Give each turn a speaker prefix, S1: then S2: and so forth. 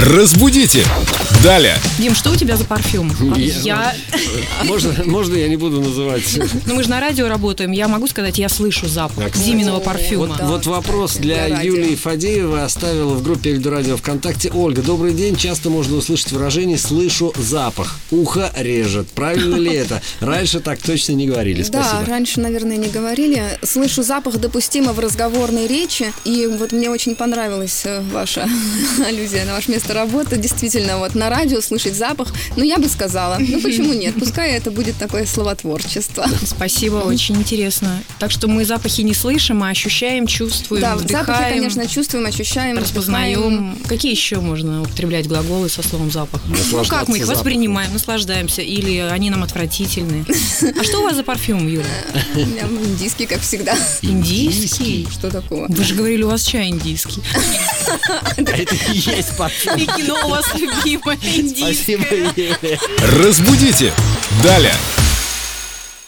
S1: Разбудите! Далее!
S2: Дим, что у тебя за парфюм? Я...
S3: А Можно, можно я не буду называть?
S2: Ну, мы же на радио работаем. Я могу сказать, я слышу запах Зиминого парфюма.
S3: Вот, вот вопрос для,
S4: Для радио.
S3: Юлии Фадеевой оставила в группе Эльду Радио ВКонтакте. Ольга, добрый день. Часто можно услышать выражение «слышу запах». Ухо режет. Правильно ли это? Раньше так точно не говорили.
S4: Да,
S3: Спасибо.
S4: раньше, наверное, не говорили. Слышу запах допустимо в разговорной речи. И вот мне очень понравилась э, ваша аллюзия на ваше место работы. Действительно, вот на радио слышать запах. Ну, я бы сказала. Ну, почему нет? Пускай это будет такое словотворчество.
S2: Спасибо, очень интересно. Так что мы запахи не слышим, а ощущаем, чувствуем,
S4: Да,
S2: вдыхаем,
S4: запахи, конечно, чувствуем, ощущаем, вдыхаем.
S2: распознаем. Какие еще можно употреблять глаголы со словом запах? Ну как мы их
S3: запахом.
S2: воспринимаем, наслаждаемся, или они нам отвратительны? А что у вас за парфюм, Юля?
S4: У меня индийский, как всегда.
S2: Индийский?
S4: Что такого?
S2: Вы же говорили, у вас чай индийский.
S3: Это и есть парфюм.
S2: И кино у вас любимое индийское.
S3: Спасибо, Юлия.
S1: Разбудите! Далее!